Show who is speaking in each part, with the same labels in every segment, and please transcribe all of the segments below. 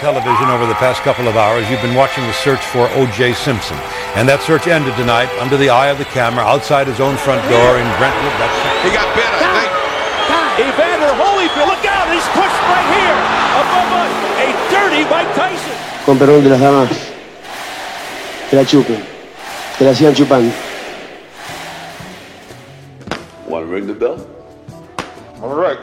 Speaker 1: television over the past couple of hours, you've been watching the search for O.J. Simpson. And that search ended tonight under the eye of the camera outside his own front door in Brentwood. That's-
Speaker 2: He got bit, I think.
Speaker 3: Evander Holyfield, look out, he's pushed right here above us. A dirty Mike Tyson.
Speaker 4: con perdón de las damas, que la chupen, que la sigan chupando.
Speaker 5: Want to ring the bell?
Speaker 6: All right.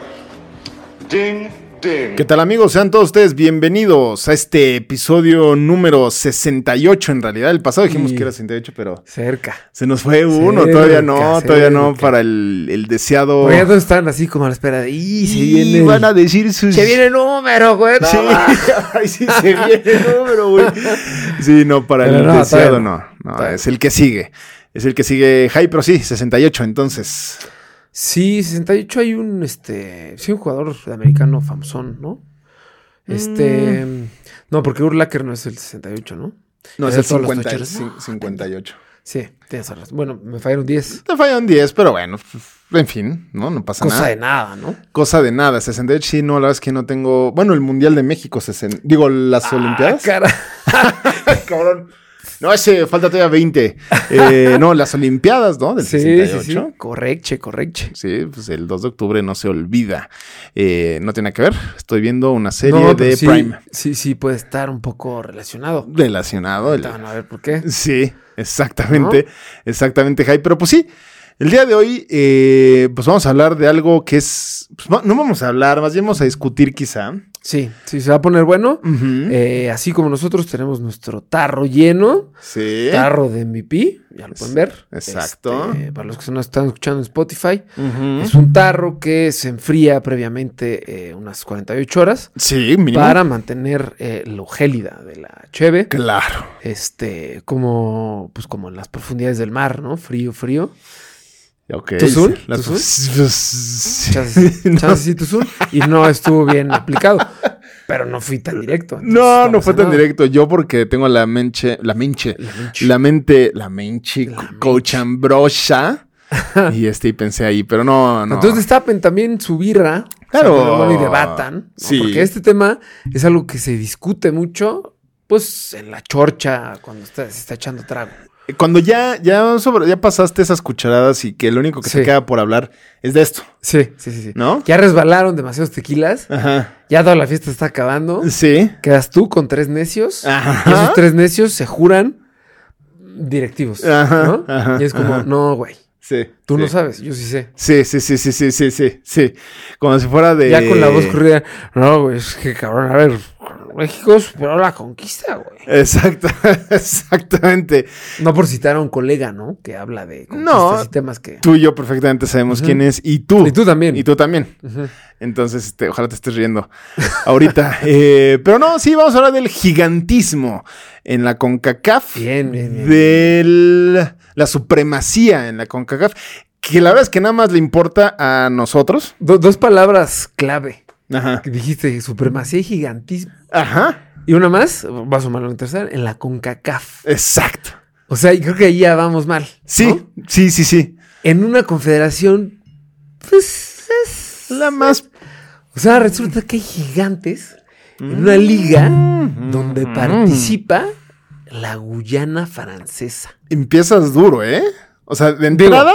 Speaker 6: Ding, ding.
Speaker 7: ¿Qué tal amigos? Sean todos ustedes bienvenidos a este episodio número 68 en realidad. El pasado dijimos
Speaker 8: Y-
Speaker 7: que era 68, pero
Speaker 8: Cerca.
Speaker 7: se nos fue uno.
Speaker 8: Cerca,
Speaker 7: todavía no, todavía no
Speaker 8: cerca.
Speaker 7: para el, el deseado.
Speaker 8: Oye, todos están así como a la espera de. ¡Y se
Speaker 7: Oh. Y
Speaker 8: viene!
Speaker 7: van a decir sus...
Speaker 8: ¡Se viene el número, güey!
Speaker 7: Sí, ay, sí, se viene el número, güey. Sí, no, para
Speaker 8: Pero
Speaker 7: el
Speaker 8: no,
Speaker 7: deseado
Speaker 8: todavía no.
Speaker 7: no. No, es el que sigue. Es el que sigue Jai, pero sí, 68, entonces.
Speaker 8: Sí, 68 hay un este, sí un jugador americano famosón, ¿no? Este, no, porque Urlacher no es el 68, ¿no?
Speaker 7: Mm. No, es
Speaker 8: Era
Speaker 7: el
Speaker 8: todos los
Speaker 7: 50,
Speaker 8: tocheros.
Speaker 7: cin- 58.
Speaker 8: Sí, tienes razón. Bueno, me fallaron 10.
Speaker 7: Te fallan 10, pero bueno, en fin, no, no pasa
Speaker 8: Cosa
Speaker 7: nada.
Speaker 8: de nada, ¿no?
Speaker 7: Cosa de nada, 68, sí, no, la verdad es que no tengo. Bueno, el Mundial de México, 60, digo, las
Speaker 8: Ah,
Speaker 7: Olimpiadas.
Speaker 8: Cara.
Speaker 7: Cabrón. No, ese falta todavía 20. Eh, no, las Olimpiadas, ¿no? Del
Speaker 8: Sí,
Speaker 7: 68.
Speaker 8: sí, sí. Correcche, correcche.
Speaker 7: Sí, pues el 2 de octubre no se olvida. Eh, no tiene nada que ver. Estoy viendo una serie
Speaker 8: No, pero
Speaker 7: de
Speaker 8: sí,
Speaker 7: Prime
Speaker 8: Sí, sí, puede estar un poco relacionado.
Speaker 7: relacionado. el-
Speaker 8: Ahorita Van a ver por qué.
Speaker 7: Sí, exactamente. Exactamente, Jai. Pero pues sí, el día de hoy, eh, pues vamos a hablar de algo que es. pues, no, no vamos a hablar, más bien vamos a discutir quizá.
Speaker 8: Sí, sí, se va a poner bueno.
Speaker 7: Ujú.
Speaker 8: Eh, así como nosotros tenemos nuestro tarro lleno.
Speaker 7: sí.
Speaker 8: Tarro de MVP, ya lo pueden ver.
Speaker 7: Exacto.
Speaker 8: Este, para los que nos están escuchando en Spotify,
Speaker 7: Ujú.
Speaker 8: es un tarro que se enfría previamente eh, unas 48 horas
Speaker 7: Sí, mínimo.
Speaker 8: para mantener eh, lo gélida de la cheve.
Speaker 7: Claro.
Speaker 8: Este, como, pues como en las profundidades del mar, ¿no? Frío, frío.
Speaker 7: Ok.
Speaker 8: ¿Tuzul?
Speaker 7: sí, las-
Speaker 8: ¿Tuzul?
Speaker 7: Sí.
Speaker 8: Chances,
Speaker 7: No,
Speaker 8: chances sí, tu Zoom, Y no estuvo bien aplicado. Pero no fui tan directo. entonces
Speaker 7: No, no, fue
Speaker 8: pasa
Speaker 7: tan
Speaker 8: nada.
Speaker 7: directo. Yo porque tengo la menche, la menche,
Speaker 8: La menche.
Speaker 7: la mente, la menche,
Speaker 8: La menche.
Speaker 7: cochambrosa. y este, y pensé ahí, pero no, no.
Speaker 8: Entonces destapen también su birra.
Speaker 7: Claro.
Speaker 8: O sea, pero bueno, y debatan. ¿no?
Speaker 7: Sí.
Speaker 8: Porque este tema es algo que se discute mucho, pues en la chorcha, cuando está- se está echando trago.
Speaker 7: Cuando ya, ya sobre, ya pasaste esas cucharadas y que lo único que te
Speaker 8: Sí.
Speaker 7: queda por hablar es de esto,
Speaker 8: Sí, sí, sí. sí.
Speaker 7: ¿no?
Speaker 8: Ya resbalaron demasiados tequilas.
Speaker 7: Ajá.
Speaker 8: Ya toda la fiesta está acabando.
Speaker 7: Sí.
Speaker 8: Quedas tú con tres necios.
Speaker 7: Ajá.
Speaker 8: Y esos tres necios se juran directivos.
Speaker 7: Ajá,
Speaker 8: ¿no?
Speaker 7: ajá,
Speaker 8: y es como,
Speaker 7: ajá.
Speaker 8: no, güey.
Speaker 7: Sí.
Speaker 8: Tú
Speaker 7: sí.
Speaker 8: no sabes, yo sí sé.
Speaker 7: Sí, sí, sí, sí, sí, sí, sí, sí. Como si fuera de.
Speaker 8: Ya con la voz corrida, no, güey, es que cabrón, a ver, México superó la conquista, güey.
Speaker 7: Exacto, exactamente.
Speaker 8: No por citar a un colega, ¿no? Que habla de
Speaker 7: No.
Speaker 8: conquistas y temas que.
Speaker 7: Tú y yo perfectamente sabemos quién es. Y tú.
Speaker 8: Y tú también.
Speaker 7: Y tú también.
Speaker 8: Ujú.
Speaker 7: Entonces, este, ojalá te estés riendo ahorita. Eh, pero no, sí, vamos a hablar del gigantismo en la CONCACAF.
Speaker 8: Bien, bien, bien.
Speaker 7: De la supremacía en la CONCACAF. Que la verdad es que nada más le importa a nosotros.
Speaker 8: Do- dos palabras clave.
Speaker 7: Ajá.
Speaker 8: Que dijiste supremacía y gigantismo.
Speaker 7: Ajá.
Speaker 8: Y una más, va a sumar la tercera, en la CONCACAF.
Speaker 7: Exacto.
Speaker 8: O sea, y creo que ahí ya vamos mal.
Speaker 7: Sí,
Speaker 8: ¿no?
Speaker 7: sí, sí, sí.
Speaker 8: En una confederación, pues es-
Speaker 7: La más.
Speaker 8: O sea, resulta que hay gigantes en
Speaker 7: Mm.
Speaker 8: una liga donde participa la Guyana francesa.
Speaker 7: Empiezas duro, ¿eh? O sea, de entrada.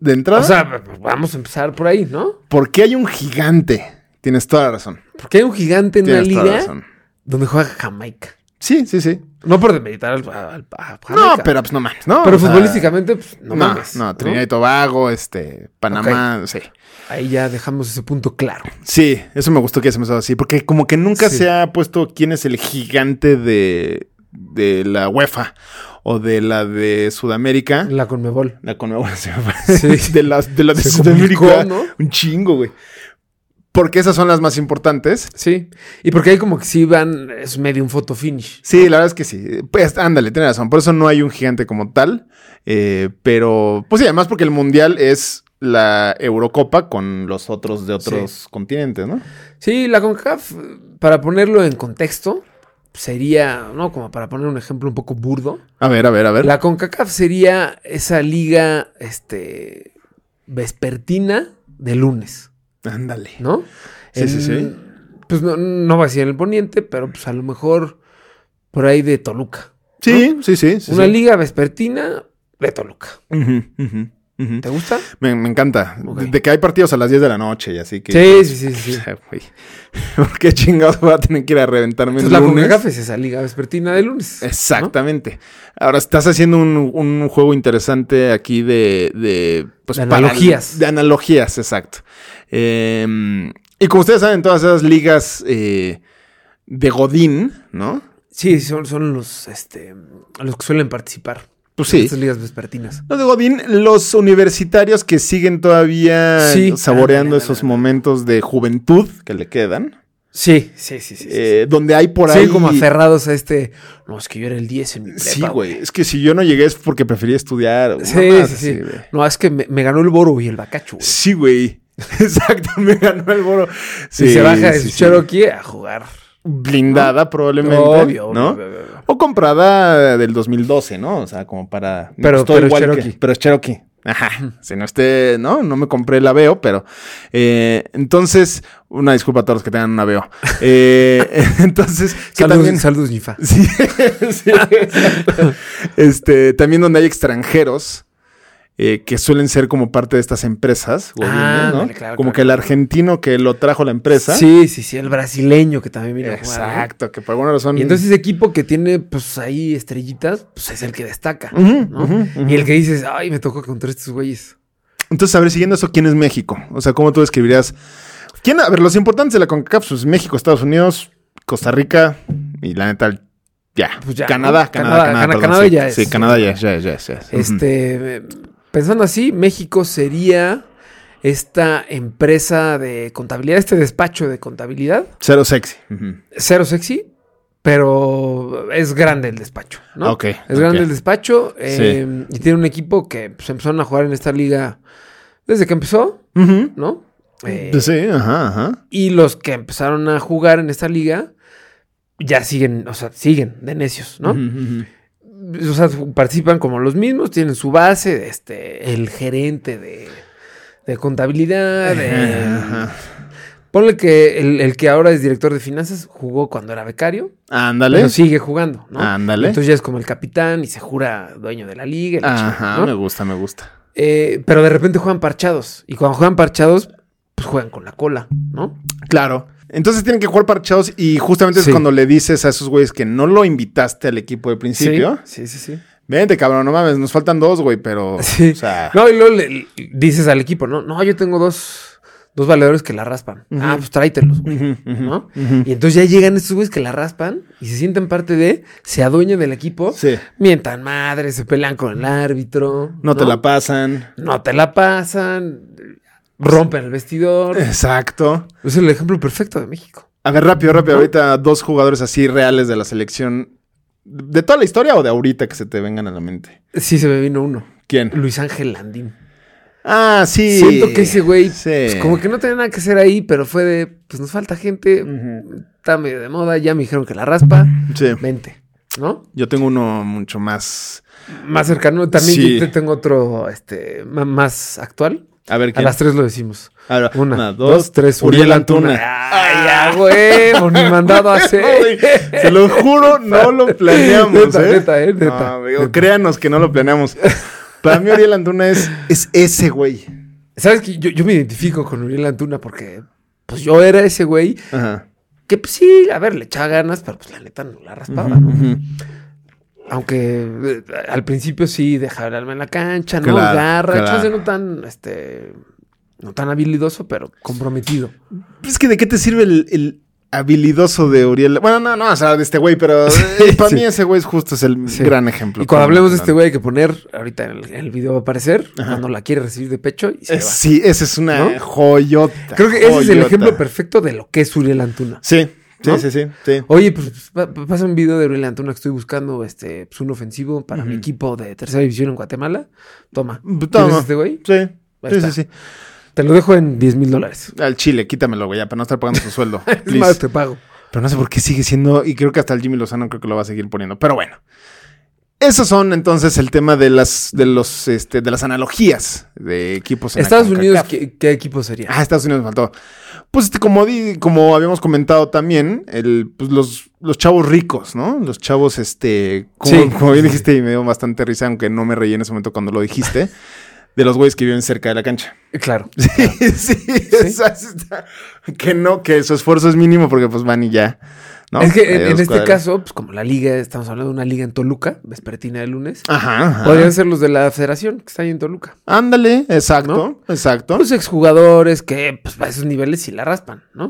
Speaker 7: De entrada.
Speaker 8: O sea, vamos a empezar por ahí, ¿no?
Speaker 7: ¿por qué hay un gigante? Tienes toda la razón.
Speaker 8: Porque hay un gigante en una
Speaker 7: Tienes toda la
Speaker 8: liga
Speaker 7: razón.
Speaker 8: donde juega Jamaica.
Speaker 7: Sí, sí, sí.
Speaker 8: No por demeritar al, al- a Jamaica.
Speaker 7: No, pero pues no mames, ¿no?
Speaker 8: Pero
Speaker 7: O sea,
Speaker 8: futbolísticamente, pues,
Speaker 7: No,
Speaker 8: no,
Speaker 7: no,
Speaker 8: mames, ¿no?
Speaker 7: Trinidad y Tobago, este, Panamá, sí.
Speaker 8: Ahí ya dejamos ese punto claro.
Speaker 7: Sí, eso me gustó que se me así, porque como que nunca
Speaker 8: Sí.
Speaker 7: se ha puesto quién es el gigante de, de la UEFA o de la de Sudamérica. La,
Speaker 8: La Conmebol.
Speaker 7: Conmebol se me fue.
Speaker 8: Sí.
Speaker 7: De la de, la de
Speaker 8: Se
Speaker 7: Sudamérica.
Speaker 8: complicó, ¿no?
Speaker 7: Un chingo, güey. Porque esas son las más importantes.
Speaker 8: Sí. Y porque ahí como que sí van, es medio un photo finish.
Speaker 7: Sí, la verdad es que sí. Pues ándale, tienes razón. Por eso no hay un gigante como tal. Eh, pero, pues sí, además porque el mundial es la Eurocopa con los otros de otros continentes, ¿no?
Speaker 8: Sí, la CONCACAF, para ponerlo en contexto, sería, ¿no? Como para poner un ejemplo un poco burdo.
Speaker 7: A ver, a ver, a ver.
Speaker 8: La CONCACAF sería esa liga, este, vespertina de lunes,
Speaker 7: Ándale.
Speaker 8: ¿no?
Speaker 7: Sí, sí, sí.
Speaker 8: pues no, no va a ser en el poniente, pero pues a lo mejor por ahí de Toluca.
Speaker 7: Sí, sí, sí. sí,
Speaker 8: Una
Speaker 7: sí.
Speaker 8: liga vespertina de Toluca.
Speaker 7: Ujú, ujú, ujú.
Speaker 8: ¿Te gusta?
Speaker 7: Me, me encanta. De-
Speaker 8: Ok.
Speaker 7: De, que hay partidos a las 10 de la noche y así que.
Speaker 8: Sí, sí, sí, sí.
Speaker 7: O sea, güey, ¿Por qué chingados voy a tener que ir a reventarme el
Speaker 8: Entonces la
Speaker 7: lunes?
Speaker 8: CONCACAF es esa liga vespertina de lunes. ¿no?
Speaker 7: Exactamente. Ahora estás haciendo un, un juego interesante aquí de, de, pues,
Speaker 8: De
Speaker 7: para-
Speaker 8: analogías.
Speaker 7: de analogías, exacto. Eh, y como ustedes saben, todas esas ligas eh, de Godín, ¿no?
Speaker 8: Sí, son, son los, este, los que suelen participar.
Speaker 7: Pues
Speaker 8: en
Speaker 7: sí.
Speaker 8: Estas ligas vespertinas.
Speaker 7: Los de Godín, los universitarios que siguen todavía
Speaker 8: Sí.
Speaker 7: saboreando
Speaker 8: Ándale,
Speaker 7: esos
Speaker 8: ándale.
Speaker 7: momentos de juventud que le quedan,
Speaker 8: Sí, sí, sí, sí. sí,
Speaker 7: eh, donde hay por
Speaker 8: Sí,
Speaker 7: ahí
Speaker 8: como aferrados a este. No, es que yo era el 10 en mi prepa.
Speaker 7: Sí, güey. Es que si yo no llegué es porque prefería estudiar. o
Speaker 8: Sí,
Speaker 7: mamadas
Speaker 8: sí,
Speaker 7: así,
Speaker 8: sí.
Speaker 7: güey.
Speaker 8: No, es que me, me ganó el boro y el bacacho, güey.
Speaker 7: Sí, güey. Exacto, me ganó el boro.
Speaker 8: Si se baja de
Speaker 7: sí,
Speaker 8: su
Speaker 7: sí.
Speaker 8: Cherokee a jugar.
Speaker 7: Blindada, probablemente.
Speaker 8: Obvio, obvio,
Speaker 7: ¿no?
Speaker 8: obvio, obvio.
Speaker 7: O comprada del 2012, ¿no? O sea, como para.
Speaker 8: Pero-
Speaker 7: estoy
Speaker 8: pero
Speaker 7: igual que-
Speaker 8: Cherokee.
Speaker 7: pero es Cherokee. Ajá. Si no esté, ¿no? No me compré la veo, pero. eh, entonces, una disculpa a todos los que tengan una veo. entonces, que
Speaker 8: Saludos,
Speaker 7: también-
Speaker 8: saludos, Nifa.
Speaker 7: Sí, sí, exacto. Este, también donde hay extranjeros eh, que suelen ser como parte de estas empresas, gobierno,
Speaker 8: Ah,
Speaker 7: ¿no?
Speaker 8: ándale, claro,
Speaker 7: como
Speaker 8: claro,
Speaker 7: que el argentino que lo trajo la empresa.
Speaker 8: Sí, sí, sí, el brasileño que también vino a jugar. ¿eh? ¿no?
Speaker 7: Exacto, que por alguna razón.
Speaker 8: Y entonces ese equipo que tiene, pues ahí estrellitas, pues es el que destaca.
Speaker 7: Ujú,
Speaker 8: ¿no?
Speaker 7: ujú, ujú.
Speaker 8: Y el que dices, ay, me tocó contra estos güeyes.
Speaker 7: Entonces, a ver, siguiendo eso, ¿quién es México? O sea, ¿cómo tú describirías? ¿Quién? A ver, los importantes de la CONCACAF pues, México, Estados Unidos, Costa Rica y la neta, ya.
Speaker 8: Pues ya,
Speaker 7: Canadá,
Speaker 8: ¿no?
Speaker 7: Canadá,
Speaker 8: Canadá,
Speaker 7: Canadá.
Speaker 8: Cana-
Speaker 7: perdón,
Speaker 8: Canadá
Speaker 7: sí,
Speaker 8: ya es.
Speaker 7: Sí, Canadá ya, es, ya, es, ya, es, ya. es. Ujú.
Speaker 8: Este, eh, pensando así, México sería esta empresa de contabilidad, este despacho de contabilidad,
Speaker 7: Cero sexy. Ujú.
Speaker 8: cero sexy, pero es grande el despacho, ¿no?
Speaker 7: Ah, ok,
Speaker 8: Es grande
Speaker 7: ok.
Speaker 8: el despacho eh, y tiene un equipo que pues, empezaron a jugar en esta liga desde que empezó,
Speaker 7: Ujú.
Speaker 8: ¿no? Eh,
Speaker 7: Pues sí, ajá, ajá.
Speaker 8: Y los que empezaron a jugar en esta liga ya siguen, o sea, siguen de necios, ¿no? O sea, participan como los mismos, tienen su base, este, el gerente de, de contabilidad, el-
Speaker 7: Ajá.
Speaker 8: ponle que el, el que ahora es director de finanzas jugó cuando era becario,
Speaker 7: Ándale.
Speaker 8: pero sigue jugando, ¿no?
Speaker 7: Ándale.
Speaker 8: Entonces ya es como el capitán y se jura dueño de la liga. y la
Speaker 7: Ajá,
Speaker 8: chingada, ¿no?
Speaker 7: me gusta, me gusta.
Speaker 8: Eh, pero de repente juegan parchados y cuando juegan parchados, pues juegan con la cola, ¿no?
Speaker 7: Claro. Entonces tienen que jugar parchados y justamente
Speaker 8: Sí.
Speaker 7: es cuando le dices a esos güeyes que no lo invitaste al equipo del principio.
Speaker 8: Sí, sí, sí. sí.
Speaker 7: Vente, cabrón, no mames, nos faltan dos, güey, pero...
Speaker 8: Sí.
Speaker 7: O sea...
Speaker 8: No, y luego le, le dices al equipo, no, no, yo tengo dos, dos valedores que la raspan. Ah, pues tráetelos, güey. ¿no? Y entonces ya llegan estos güeyes que la raspan y se sienten parte de, se adueñan del equipo,
Speaker 7: Sí.
Speaker 8: mientan madre, se pelean con el árbitro.
Speaker 7: No te la pasan.
Speaker 8: No te la pasan, rompen el vestidor.
Speaker 7: Exacto.
Speaker 8: Es el ejemplo perfecto de México.
Speaker 7: A ver, rápido, rápido. Ahorita dos jugadores así reales de la selección. ¿De toda la historia o de ahorita que se te vengan a la mente?
Speaker 8: Sí, se me vino uno.
Speaker 7: ¿Quién?
Speaker 8: Luis Ángel Landín.
Speaker 7: Ah, sí.
Speaker 8: Siento que ese güey,
Speaker 7: Sí.
Speaker 8: pues, como que no tenía nada que hacer ahí, pero fue de, pues nos falta gente, está medio de moda, ya me dijeron que la raspa,
Speaker 7: Sí.
Speaker 8: vente, ¿no?
Speaker 7: Yo tengo uno mucho más...
Speaker 8: Más cercano, también
Speaker 7: Sí.
Speaker 8: yo te tengo otro, este, ma- más actual.
Speaker 7: A ver,
Speaker 8: A
Speaker 7: ¿quién?
Speaker 8: las tres lo decimos.
Speaker 7: A ver,
Speaker 8: Una, dos, tres.
Speaker 7: Uriel, Antuna.
Speaker 8: Ay, ya, güey, pues, ni mandado a hacer.
Speaker 7: Se lo juro, no lo planeamos.
Speaker 8: Neta,
Speaker 7: ¿eh?
Speaker 8: neta, eh, neta,
Speaker 7: No, amigo,
Speaker 8: neta.
Speaker 7: Créanos que no lo planeamos. Para mí, Uriel Antuna es, es ese güey.
Speaker 8: Sabes que yo, yo me identifico con Uriel Antuna porque, pues yo era ese güey
Speaker 7: Ajá.
Speaker 8: que, pues sí, a ver, le echaba ganas, pero pues la neta no la raspaba, ¿no? Aunque eh, al principio sí dejaba el alma en la cancha, ¿no?
Speaker 7: Claro,
Speaker 8: Garra,
Speaker 7: claro.
Speaker 8: chance no tan, este, no tan habilidoso, pero comprometido.
Speaker 7: Es que de qué te sirve el, el habilidoso de Uriel. Bueno, no, no, o sea, de este güey, pero eh, para
Speaker 8: sí.
Speaker 7: mí ese güey es justo es el
Speaker 8: Sí.
Speaker 7: gran ejemplo.
Speaker 8: Y cuando hablemos de este güey hay que poner, ahorita en el, en el video va a aparecer, cuando la quiere recibir de pecho y se
Speaker 7: Eh, sí, ese es una
Speaker 8: ¿No?
Speaker 7: joyota.
Speaker 8: va. Creo que ese es el
Speaker 7: joyota.
Speaker 8: ejemplo perfecto de lo que es Uriel Antuna.
Speaker 7: Sí, sí,
Speaker 8: ¿No?
Speaker 7: sí, sí. sí.
Speaker 8: Oye, pues pa- pa- pasa un video de Uriel Antuna que estoy buscando este, pues, un ofensivo para mi equipo de tercera división en Guatemala. Toma. ¿Tienes
Speaker 7: Toma.
Speaker 8: este güey?
Speaker 7: Sí.
Speaker 8: Ahí
Speaker 7: Sí,
Speaker 8: está.
Speaker 7: sí, sí.
Speaker 8: Te lo dejo en 10 mil dólares.
Speaker 7: Al Chile, quítamelo, güey, ya, para no estar pagando su sueldo.
Speaker 8: Es
Speaker 7: please.
Speaker 8: más, te pago.
Speaker 7: Pero no sé por qué sigue siendo, y creo que hasta el Jimmy Lozano creo que lo va a seguir poniendo. Pero bueno. Esos son entonces el tema de las, de los, este, de las analogías de equipos en la
Speaker 8: Estados
Speaker 7: CONCACAF.
Speaker 8: Unidos, ¿qué, qué equipo sería?
Speaker 7: Ah, Estados Unidos me faltó. Pues este, como, di- como habíamos comentado también, el, pues los, los chavos ricos, ¿no? Los chavos, este, como,
Speaker 8: Sí.
Speaker 7: como bien dijiste, y me dio bastante risa, aunque no me reí en ese momento cuando lo dijiste, de los güeyes que viven cerca de la cancha.
Speaker 8: Claro.
Speaker 7: Sí, sí, eso está- que no, que su esfuerzo es mínimo porque pues van y ya. ¿no?
Speaker 8: es
Speaker 7: Ahí
Speaker 8: que en,
Speaker 7: a
Speaker 8: en
Speaker 7: dos
Speaker 8: este
Speaker 7: cuadras.
Speaker 8: caso, pues como la liga, estamos hablando de una liga en Toluca, vespertina de lunes,
Speaker 7: Ajá, ajá.
Speaker 8: podrían ser los de la federación que está ahí en Toluca.
Speaker 7: Ándale, exacto, exacto.
Speaker 8: Los exjugadores que pues, a esos niveles sí la raspan, ¿no?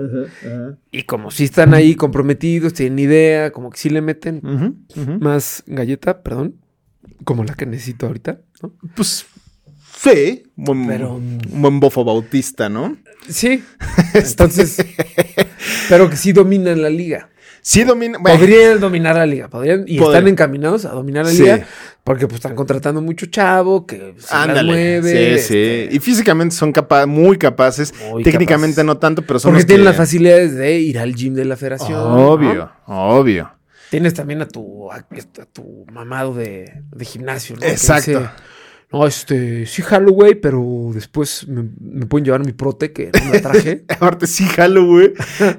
Speaker 8: Y como sí están ahí comprometidos, tienen idea, como que sí le meten
Speaker 7: Ujú, ujú.
Speaker 8: más galleta, perdón, como la que necesito ahorita, ¿no?
Speaker 7: Pues sí, buen,
Speaker 8: Pero-
Speaker 7: un buen bofo bautista, ¿no?
Speaker 8: Sí. Entonces, pero que sí dominan la liga.
Speaker 7: Sí domina. bueno,
Speaker 8: Podrían dominar la liga, podrían, y
Speaker 7: Podrían.
Speaker 8: están encaminados a dominar la
Speaker 7: Sí.
Speaker 8: liga, porque pues están contratando mucho chavo, que se las
Speaker 7: ándale.
Speaker 8: mueve.
Speaker 7: sí, sí.
Speaker 8: este,
Speaker 7: Y físicamente son capa- muy capaces.
Speaker 8: Muy
Speaker 7: Técnicamente
Speaker 8: capaces.
Speaker 7: no tanto, pero son
Speaker 8: Porque
Speaker 7: los
Speaker 8: tienen
Speaker 7: que-
Speaker 8: las facilidades de ir al gym de la federación. ¿no?
Speaker 7: Obvio, obvio.
Speaker 8: Tienes también a tu, a, a tu mamado de, de gimnasio. ¿no? Que
Speaker 7: Exacto.
Speaker 8: dice, no, este, sí jalo, güey, pero después me, me pueden llevar mi prote que no me traje.
Speaker 7: Aparte sí jalo, güey.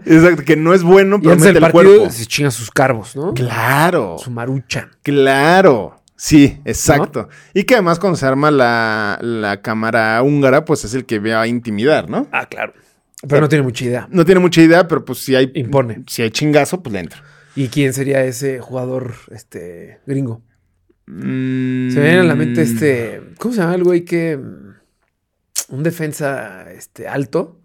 Speaker 7: Exacto, que no es bueno,
Speaker 8: y
Speaker 7: pero
Speaker 8: antes
Speaker 7: mete
Speaker 8: del
Speaker 7: el
Speaker 8: partido
Speaker 7: cuerpo.
Speaker 8: se chingan sus carbos, ¿no?
Speaker 7: Claro.
Speaker 8: Su marucha.
Speaker 7: Claro. Sí, exacto. Y que además cuando se arma la, la cámara húngara, pues es el que va a intimidar, ¿no?
Speaker 8: Ah, claro. Pero no tiene mucha idea.
Speaker 7: No tiene mucha idea, pero pues si hay,
Speaker 8: Impone.
Speaker 7: si hay chingazo, pues le entra.
Speaker 8: ¿Y quién sería ese jugador este, gringo?
Speaker 7: Mm.
Speaker 8: Se me viene a la mente este. ¿Cómo se llama el güey que. mm, Un defensa este, alto,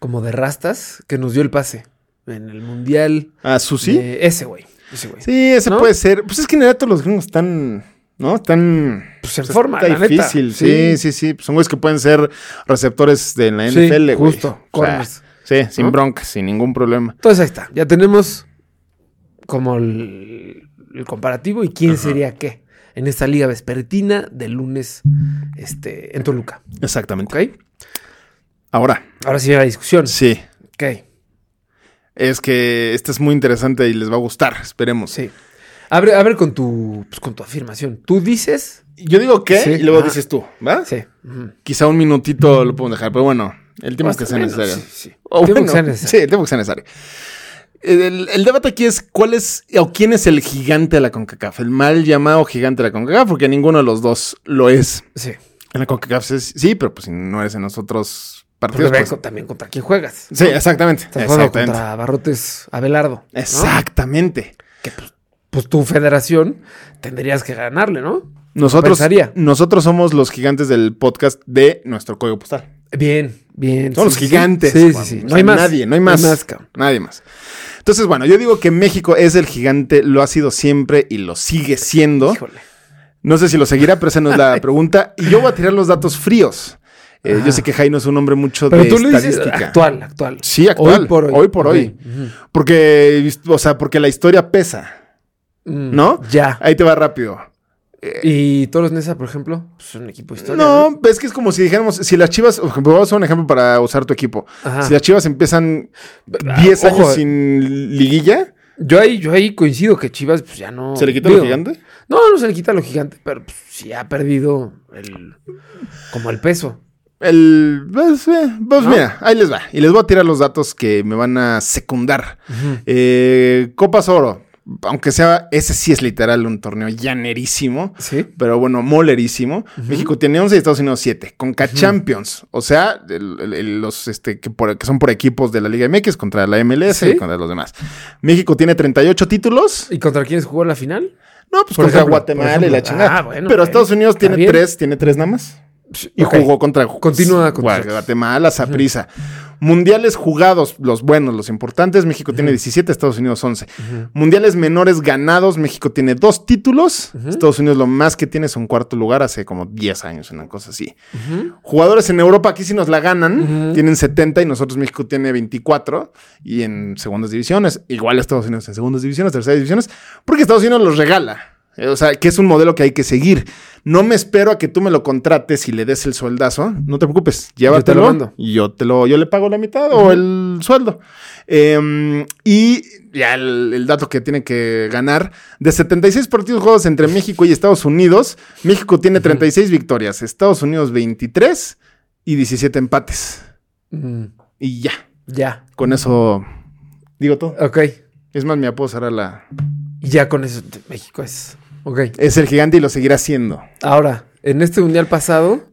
Speaker 8: como de rastas, que nos dio el pase en el mundial.
Speaker 7: ¿A ¿Ah, Susi?
Speaker 8: de- ese güey. Ese güey.
Speaker 7: Sí, ese
Speaker 8: ¿No?
Speaker 7: puede ser. Pues es que en realidad todos los gringos están, ¿no? Están...
Speaker 8: Pues en
Speaker 7: pues,
Speaker 8: forma,
Speaker 7: está
Speaker 8: la neta.
Speaker 7: difícil. Sí, sí, sí. Pues son güeyes que pueden ser receptores de la
Speaker 8: Sí,
Speaker 7: NFL, güey.
Speaker 8: justo,
Speaker 7: O sea,
Speaker 8: corners.
Speaker 7: sí, sin
Speaker 8: ¿No?
Speaker 7: broncas, sin ningún problema.
Speaker 8: Entonces ahí está. Ya tenemos como el, el comparativo y quién sería qué en esta liga vespertina de lunes este, en Toluca.
Speaker 7: Exactamente.
Speaker 8: ¿Ok?
Speaker 7: Ahora,
Speaker 8: Ahora sí viene la discusión.
Speaker 7: sí.
Speaker 8: Ok.
Speaker 7: Es que esta es muy interesante y les va a gustar, esperemos.
Speaker 8: Sí. Abre, abre con tu, pues, con tu afirmación. Tú dices.
Speaker 7: Yo digo que
Speaker 8: Sí.
Speaker 7: y luego
Speaker 8: Ajá.
Speaker 7: dices tú, ¿va?
Speaker 8: Sí. ujú.
Speaker 7: Quizá un minutito lo podemos dejar, pero bueno, el tema es que sea
Speaker 8: Menos,
Speaker 7: necesario.
Speaker 8: Sí, sí.
Speaker 7: O
Speaker 8: Tiene que
Speaker 7: bueno,
Speaker 8: ser necesario.
Speaker 7: Sí, el tema que sea necesario. El, el debate aquí es cuál es o quién es el gigante de la CONCACAF, el mal llamado gigante de la CONCACAF, porque ninguno de los dos lo es.
Speaker 8: Sí.
Speaker 7: En la CONCACAF sí, sí, pero pues si no es en los otros
Speaker 8: Porque
Speaker 7: partidos.
Speaker 8: ve
Speaker 7: pues-
Speaker 8: co- también contra quién juegas.
Speaker 7: sí, exactamente.
Speaker 8: Estás jugando
Speaker 7: Exactamente.
Speaker 8: contra Barrotes Abelardo. ¿no?
Speaker 7: Exactamente.
Speaker 8: Pues tu federación tendrías que ganarle, ¿no?
Speaker 7: Nosotros,
Speaker 8: Pensaría.
Speaker 7: nosotros somos los gigantes del podcast de nuestro código postal.
Speaker 8: Bien, bien.
Speaker 7: Son
Speaker 8: sí,
Speaker 7: los
Speaker 8: sí, sí.
Speaker 7: gigantes.
Speaker 8: Sí, sí,
Speaker 7: Juan.
Speaker 8: sí.
Speaker 7: O sea, Nadie, no hay más.
Speaker 8: cabrón.
Speaker 7: nadie más. Entonces, bueno, yo digo que México es el gigante, lo ha sido siempre y lo sigue siendo.
Speaker 8: Híjole.
Speaker 7: No sé si lo seguirá, pero esa no es la pregunta. Y yo voy a tirar los datos fríos. Eh, yo sé que Jaime es un hombre mucho
Speaker 8: Ah. Pero
Speaker 7: de
Speaker 8: tú le dices
Speaker 7: estadística.
Speaker 8: actual, actual.
Speaker 7: Sí, actual.
Speaker 8: Hoy por hoy.
Speaker 7: Hoy por
Speaker 8: Ok.
Speaker 7: hoy. Porque, o sea, porque la historia pesa,
Speaker 8: Mm,
Speaker 7: ¿no?
Speaker 8: Ya.
Speaker 7: Ahí te va rápido.
Speaker 8: Y Toros Nesa, por ejemplo, pues un equipo histórico.
Speaker 7: No, es que es como si dijéramos, si las Chivas, por ejemplo, vamos a hacer un ejemplo para usar tu equipo.
Speaker 8: Ajá. Ah,
Speaker 7: Si las Chivas empiezan 10
Speaker 8: ojo.
Speaker 7: años sin liguilla,
Speaker 8: Yo ahí, yo ahí coincido que Chivas pues, ya no.
Speaker 7: ¿se le quita
Speaker 8: digo,
Speaker 7: lo gigante?
Speaker 8: No, no se le quita lo gigante, pero pues, sí ha perdido el como el peso.
Speaker 7: El, pues, eh, pues,
Speaker 8: ¿No?
Speaker 7: mira, ahí les va. Y les voy a tirar los datos que me van a secundar. Eh, Copas Oro, aunque sea, ese sí es literal un torneo llanerísimo.
Speaker 8: Sí.
Speaker 7: Pero bueno, molerísimo. México tiene 11 y Estados Unidos 7. Conca Champions. O sea, el- el- el- los este, que, por- que son por equipos de la Liga MX contra la MLS y
Speaker 8: Sí.
Speaker 7: contra los demás. México tiene 38 títulos.
Speaker 8: ¿Y contra quiénes jugó la final?
Speaker 7: No, pues
Speaker 8: Por
Speaker 7: contra
Speaker 8: ejemplo,
Speaker 7: Guatemala
Speaker 8: por
Speaker 7: y la
Speaker 8: ejemplo.
Speaker 7: chingada.
Speaker 8: Ah, bueno,
Speaker 7: pero
Speaker 8: ok.
Speaker 7: Estados Unidos
Speaker 8: Está
Speaker 7: tiene
Speaker 8: bien.
Speaker 7: tres, tiene tres nada más. Y
Speaker 8: Ok.
Speaker 7: jugó contra
Speaker 8: Continúa con
Speaker 7: Gua-
Speaker 8: tus-
Speaker 7: Guatemala, Saprisa. Mundiales jugados, los buenos, los importantes. México tiene 17, Estados Unidos 11. Mundiales menores ganados, México tiene dos títulos. Estados Unidos lo más que tiene es un cuarto lugar hace como 10 años, una cosa así. Jugadores en Europa, aquí sí nos la ganan. Tienen 70 y nosotros México tiene 24. Y en segundas divisiones, igual Estados Unidos en segundas divisiones, terceras divisiones, porque Estados Unidos los regala. Eh, O sea, que es un modelo que hay que seguir. No me espero a que tú me lo contrates y le des el sueldazo. No te preocupes, llévatelo. Yo,
Speaker 8: mando.
Speaker 7: yo te lo, yo le pago la mitad o el sueldo. Eh, y ya el, el dato que tiene que ganar: de 76 partidos jugados entre México y Estados Unidos, México tiene 36 victorias, Estados Unidos 23 y 17 empates.
Speaker 8: Mm,
Speaker 7: Y ya.
Speaker 8: Ya.
Speaker 7: Con eso digo todo.
Speaker 8: Ok.
Speaker 7: Es más, mi apodo será la.
Speaker 8: Y ya con eso t- México es. Ok.
Speaker 7: Es el gigante y lo seguirá siendo.
Speaker 8: Ahora, en este mundial pasado,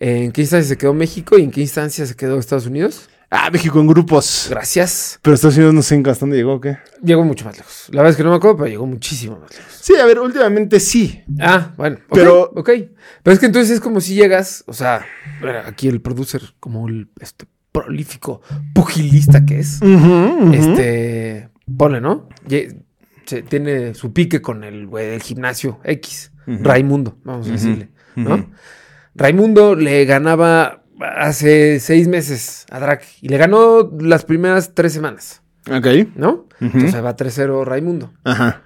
Speaker 8: ¿en qué instancia se quedó México y en qué instancia se quedó Estados Unidos?
Speaker 7: Ah, México en grupos.
Speaker 8: Gracias.
Speaker 7: Pero Estados Unidos no sé hasta dónde llegó, ¿o ¿qué?
Speaker 8: Llegó mucho más lejos. La verdad es que no me acuerdo, pero llegó muchísimo más lejos.
Speaker 7: Sí, a ver, últimamente sí.
Speaker 8: Ah, bueno. ok,
Speaker 7: Pero-
Speaker 8: Ok. Pero es que entonces es como si llegas, o sea, bueno, aquí el producer, como el este, prolífico pugilista que es, este, pone, ¿no? Ye- se- tiene su pique con el güey del gimnasio X, Raimundo, vamos a decirle, ¿no? Raimundo le ganaba hace seis meses a Drake y le ganó las primeras tres semanas,
Speaker 7: Ok.
Speaker 8: ¿no? Entonces ahí va 3-0 Raimundo.
Speaker 7: Ajá.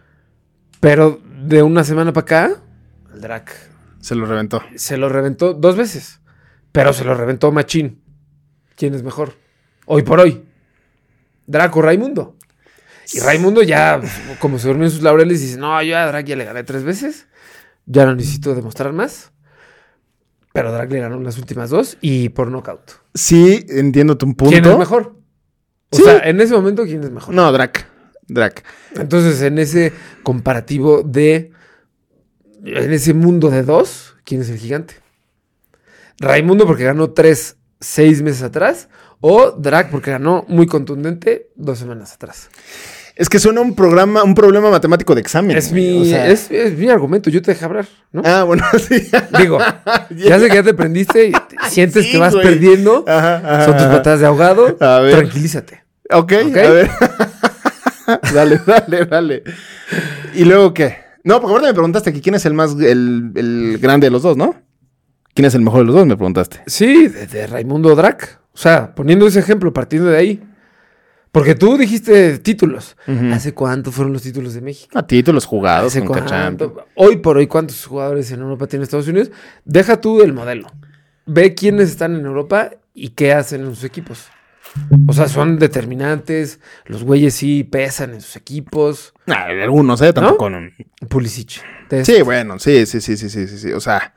Speaker 8: Pero de una semana para acá, el Drac
Speaker 7: Se lo reventó.
Speaker 8: se lo reventó dos veces. Pero se lo reventó Machín. ¿Quién es mejor? Hoy por hoy. Draco Raimundo. Y Raimundo ya, como se durmió en sus laureles, dice, no, yo a Drac ya le gané tres veces. Ya no necesito demostrar más. Pero Drac le ganó las últimas dos y por nocaut.
Speaker 7: Sí, entiendo tu punto.
Speaker 8: ¿Quién es mejor? O
Speaker 7: Sí.
Speaker 8: sea, en ese momento, ¿quién es mejor?
Speaker 7: No, Drac. Drac.
Speaker 8: Entonces, en ese comparativo de. En ese mundo de dos, ¿quién es el gigante? ¿Raimundo porque ganó tres seis meses atrás? ¿O Drac porque ganó muy contundente dos semanas atrás?
Speaker 7: Es que suena un programa, un problema matemático de examen.
Speaker 8: Es
Speaker 7: güey,
Speaker 8: mi,
Speaker 7: o sea-
Speaker 8: es, es mi argumento, yo te dejé hablar, ¿no?
Speaker 7: Ah, bueno, sí.
Speaker 8: Digo, ya sé que ya te prendiste y te- sientes
Speaker 7: Sí,
Speaker 8: que vas
Speaker 7: güey.
Speaker 8: perdiendo,
Speaker 7: Ajá, ajá,
Speaker 8: son tus
Speaker 7: ajá.
Speaker 8: patadas de ahogado,
Speaker 7: A ver.
Speaker 8: tranquilízate.
Speaker 7: Ok,
Speaker 8: Ok.
Speaker 7: a ver. dale, dale, dale. ¿Y luego qué? No, porque ahorita me preguntaste que quién es el más, el, el grande de los dos, ¿no? ¿Quién es el mejor de los dos? Me preguntaste.
Speaker 8: Sí, de, de Raimundo Drac. O sea, poniendo ese ejemplo, partiendo de ahí. Porque tú dijiste títulos. ¿Hace cuánto fueron los títulos de México?
Speaker 7: A títulos jugados
Speaker 8: ¿Hace
Speaker 7: con Cachán.
Speaker 8: cuánto? Hoy por hoy, ¿cuántos jugadores en Europa tiene Estados Unidos? Deja tú el modelo. Ve quiénes están en Europa y qué hacen en sus equipos. O sea, son determinantes. Los güeyes sí pesan en sus equipos.
Speaker 7: Ah, algunos, ¿eh? Tampoco. no.
Speaker 8: Pulisic. te-
Speaker 7: Sí, bueno, sí, sí, sí, sí, sí, sí, sí. O sea.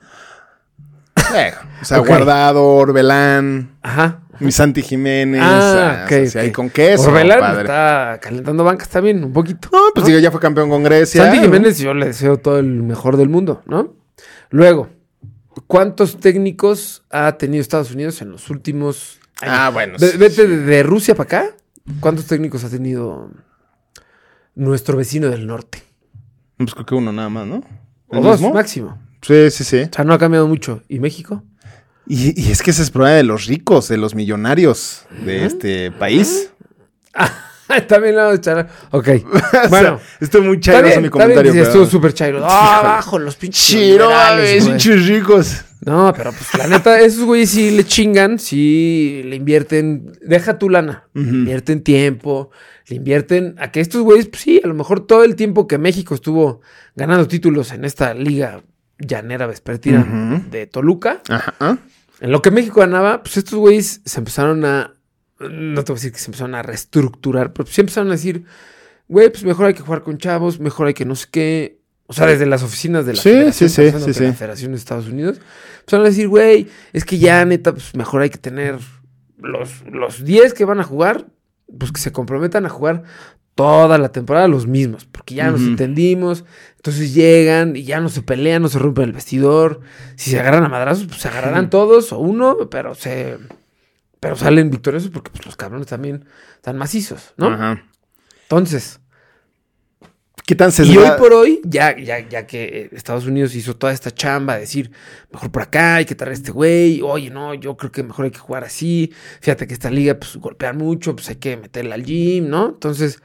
Speaker 7: eh, o sea,
Speaker 8: Ok.
Speaker 7: Guardado, Orbelán,
Speaker 8: Ajá.
Speaker 7: mi Santi Jiménez.
Speaker 8: Ah,
Speaker 7: ah,
Speaker 8: ok.
Speaker 7: o sea, si hay
Speaker 8: ok.
Speaker 7: con queso.
Speaker 8: Orbelán
Speaker 7: padre.
Speaker 8: está calentando bancas también, un poquito.
Speaker 7: No, pues digo, ya fue campeón con Grecia.
Speaker 8: Santi Jiménez, yo le deseo todo el mejor del mundo, ¿no? Luego, ¿cuántos técnicos ha tenido Estados Unidos en los últimos años?
Speaker 7: Ah, bueno.
Speaker 8: Ve-
Speaker 7: sí,
Speaker 8: vete
Speaker 7: sí.
Speaker 8: de, de Rusia para acá. ¿Cuántos técnicos ha tenido nuestro vecino del norte?
Speaker 7: Pues creo que uno nada más, ¿no?
Speaker 8: O
Speaker 7: ¿El
Speaker 8: dos,
Speaker 7: mismo?
Speaker 8: máximo.
Speaker 7: Sí, sí, sí.
Speaker 8: O sea, no ha cambiado mucho. ¿Y México?
Speaker 7: Y, y es que ese es problema de los ricos, de los millonarios de este país.
Speaker 8: También la vamos a echar. Ok. Bueno.
Speaker 7: O sea, estoy muy
Speaker 8: Está
Speaker 7: chairo
Speaker 8: bien,
Speaker 7: con mi
Speaker 8: está bien,
Speaker 7: comentario.
Speaker 8: sí,
Speaker 7: pero-
Speaker 8: estuvo súper chairo. Ah, abajo los pinches.
Speaker 7: Chiro,
Speaker 8: liberales,
Speaker 7: mames,
Speaker 8: güey.
Speaker 7: pinches ricos.
Speaker 8: No, pero pues la neta, esos güeyes sí le chingan, sí le invierten, deja tu lana, le invierten tiempo, le invierten a que estos güeyes, pues sí, a lo mejor todo el tiempo que México estuvo ganando títulos en esta liga llanera vespertina de Toluca,
Speaker 7: Ajá.
Speaker 8: en lo que México ganaba, pues estos güeyes se empezaron a, no te voy a decir que se empezaron a reestructurar, pero sí empezaron a decir, güey, pues mejor hay que jugar con chavos, mejor hay que no sé qué. O sea, desde las oficinas de la
Speaker 7: Sí,
Speaker 8: Federación,
Speaker 7: sí, sí,
Speaker 8: pasando
Speaker 7: sí,
Speaker 8: por la
Speaker 7: sí.
Speaker 8: Federación de Estados Unidos, empezaron a decir, güey, es que ya neta, pues mejor hay que tener los, los 10 que van a jugar, pues que se comprometan a jugar toda la temporada los mismos, porque ya nos
Speaker 7: Ujú.
Speaker 8: entendimos, entonces llegan y ya no se pelean, no se rompen el vestidor, si se agarran a madrazos, pues se agarrarán todos o uno, pero se pero salen victoriosos porque pues, los cabrones también están macizos, ¿no?
Speaker 7: Ajá.
Speaker 8: Entonces,
Speaker 7: ¿Qué tan
Speaker 8: y hoy
Speaker 7: sesgada?
Speaker 8: por hoy, ya, ya, ya que eh, Estados Unidos hizo toda esta chamba, de decir, mejor por acá, hay que traer a este güey, oye, no, yo creo que mejor hay que jugar así, fíjate que esta liga, pues, golpean mucho, pues, hay que meterla al gym, ¿no? Entonces,